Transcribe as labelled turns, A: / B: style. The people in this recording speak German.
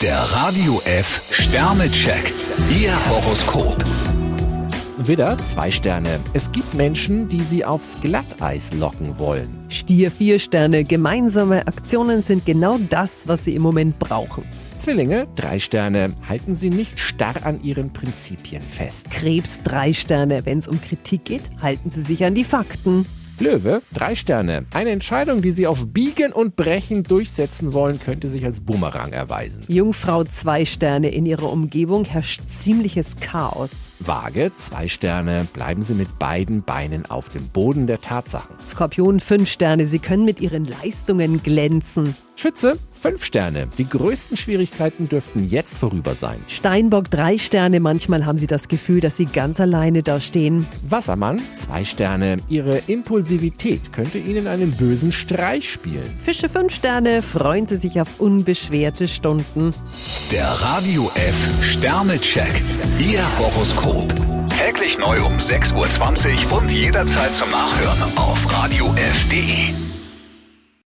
A: Der Radio F Sternecheck. Ihr Horoskop.
B: Widder, zwei Sterne. Es gibt Menschen, die sie aufs Glatteis locken wollen.
C: Stier vier Sterne. Gemeinsame Aktionen sind genau das, was Sie im Moment brauchen.
B: Zwillinge, drei Sterne. Halten sie nicht starr an ihren Prinzipien fest.
C: Krebs drei Sterne. Wenn es um Kritik geht, halten Sie sich an die Fakten.
B: Löwe, drei Sterne. Eine Entscheidung, die sie auf Biegen und Brechen durchsetzen wollen, könnte sich als Bumerang erweisen.
C: Jungfrau zwei Sterne. In Ihrer Umgebung herrscht ziemliches Chaos.
B: Waage, zwei Sterne. Bleiben sie mit beiden Beinen auf dem Boden der Tatsachen.
C: Skorpion fünf Sterne. Sie können mit Ihren Leistungen glänzen.
B: Schütze, fünf Sterne. Die größten Schwierigkeiten dürften jetzt vorüber sein.
C: Steinbock drei Sterne. Manchmal haben Sie das Gefühl, dass Sie ganz alleine da stehen.
B: Wassermann, zwei Sterne. Ihre Impulsivität könnte ihnen einen bösen Streich spielen.
C: Fische fünf Sterne. Freuen Sie sich auf unbeschwerte Stunden.
A: Der Radio F Sternecheck. Ihr Horoskop. Täglich neu um 6.20 Uhr und jederzeit zum Nachhören auf Radio radiof.de.